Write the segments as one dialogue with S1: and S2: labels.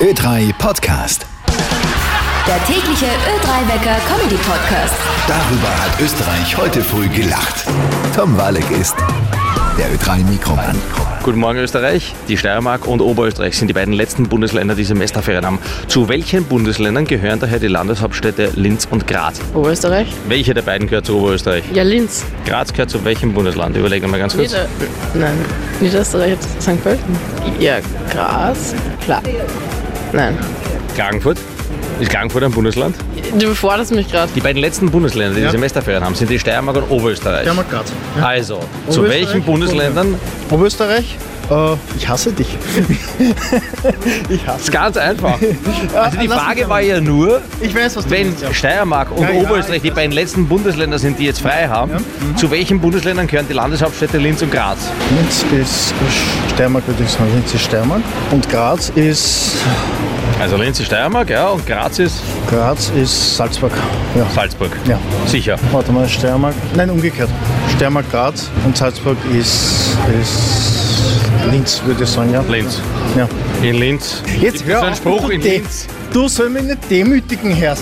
S1: Ö3 Podcast.
S2: Der tägliche Ö3-Wecker Comedy Podcast.
S1: Darüber hat Österreich heute früh gelacht. Tom Walek ist der Ö3 Mikroman.
S3: Guten Morgen Österreich. Die Steiermark und Oberösterreich sind die beiden letzten Bundesländer, die Semesterferien haben. Zu welchen Bundesländern gehören daher die Landeshauptstädte Linz und Graz?
S4: Oberösterreich?
S3: Welche der beiden gehört zu Oberösterreich?
S4: Ja, Linz.
S3: Graz gehört zu welchem Bundesland? Überlegen wir mal ganz kurz.
S4: Nieder Nein, Niederösterreich, St. Pölten. Ja, Graz? Klar. Nein.
S3: Klagenfurt? Ist Klagenfurt ein Bundesland?
S4: Du beforderst mich gerade.
S3: Die beiden letzten Bundesländer, die die Semesterferien haben, sind die Steiermark und Oberösterreich.
S5: Dermot Graz.
S3: Also, zu
S5: Oberösterreich
S3: welchen
S5: und
S3: Bundesländern?
S5: Oberösterreich? Äh, ich hasse dich. ich hasse
S3: Ist ganz einfach. Also die
S5: Ah, lass mich
S3: Frage
S5: einmal.
S3: war ja nur,
S5: Ich weiß, was du
S3: Wenn
S5: meinst, ja.
S3: Steiermark und
S5: Ja, ja,
S3: Oberösterreich die beiden letzten Bundesländer sind, die jetzt frei haben,
S5: Mhm.
S3: zu welchen Bundesländern gehören die Landeshauptstädte Linz und Graz?
S5: Linz ist Steiermark, würde ich sagen. Linz ist Steiermark. Und Graz ist.
S3: Also Linz ist Steiermark, ja, und Graz ist
S5: Graz ist Salzburg. Ja.
S3: Salzburg.
S5: Ja.
S3: Sicher.
S5: Warte mal, Steiermark. Nein, umgekehrt. Steiermark, Graz und Salzburg ist. ist Linz, würde ich sagen, ja.
S3: Linz.
S5: Ja.
S3: In Linz.
S5: Jetzt
S3: Gibt's so
S5: hör
S3: einen
S5: auf,
S3: Spruch
S5: du
S3: in
S5: Dä-
S3: Linz.
S5: Du soll mich nicht demütigen, Herr.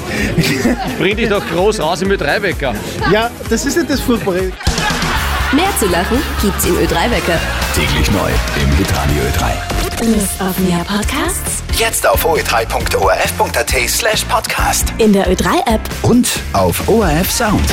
S3: Bring dich doch groß raus im Ötreibecker.
S5: ja, das ist nicht das Furchtbare.
S2: Mehr zu lachen gibt's im Ö3-Wecker.
S1: Täglich neu im Hitradio Ö3.
S6: Lust auf mehr Podcasts?
S1: Jetzt auf o3.orf.at slash podcast.
S6: In der Ö3-App.
S1: Und auf ORF Sound.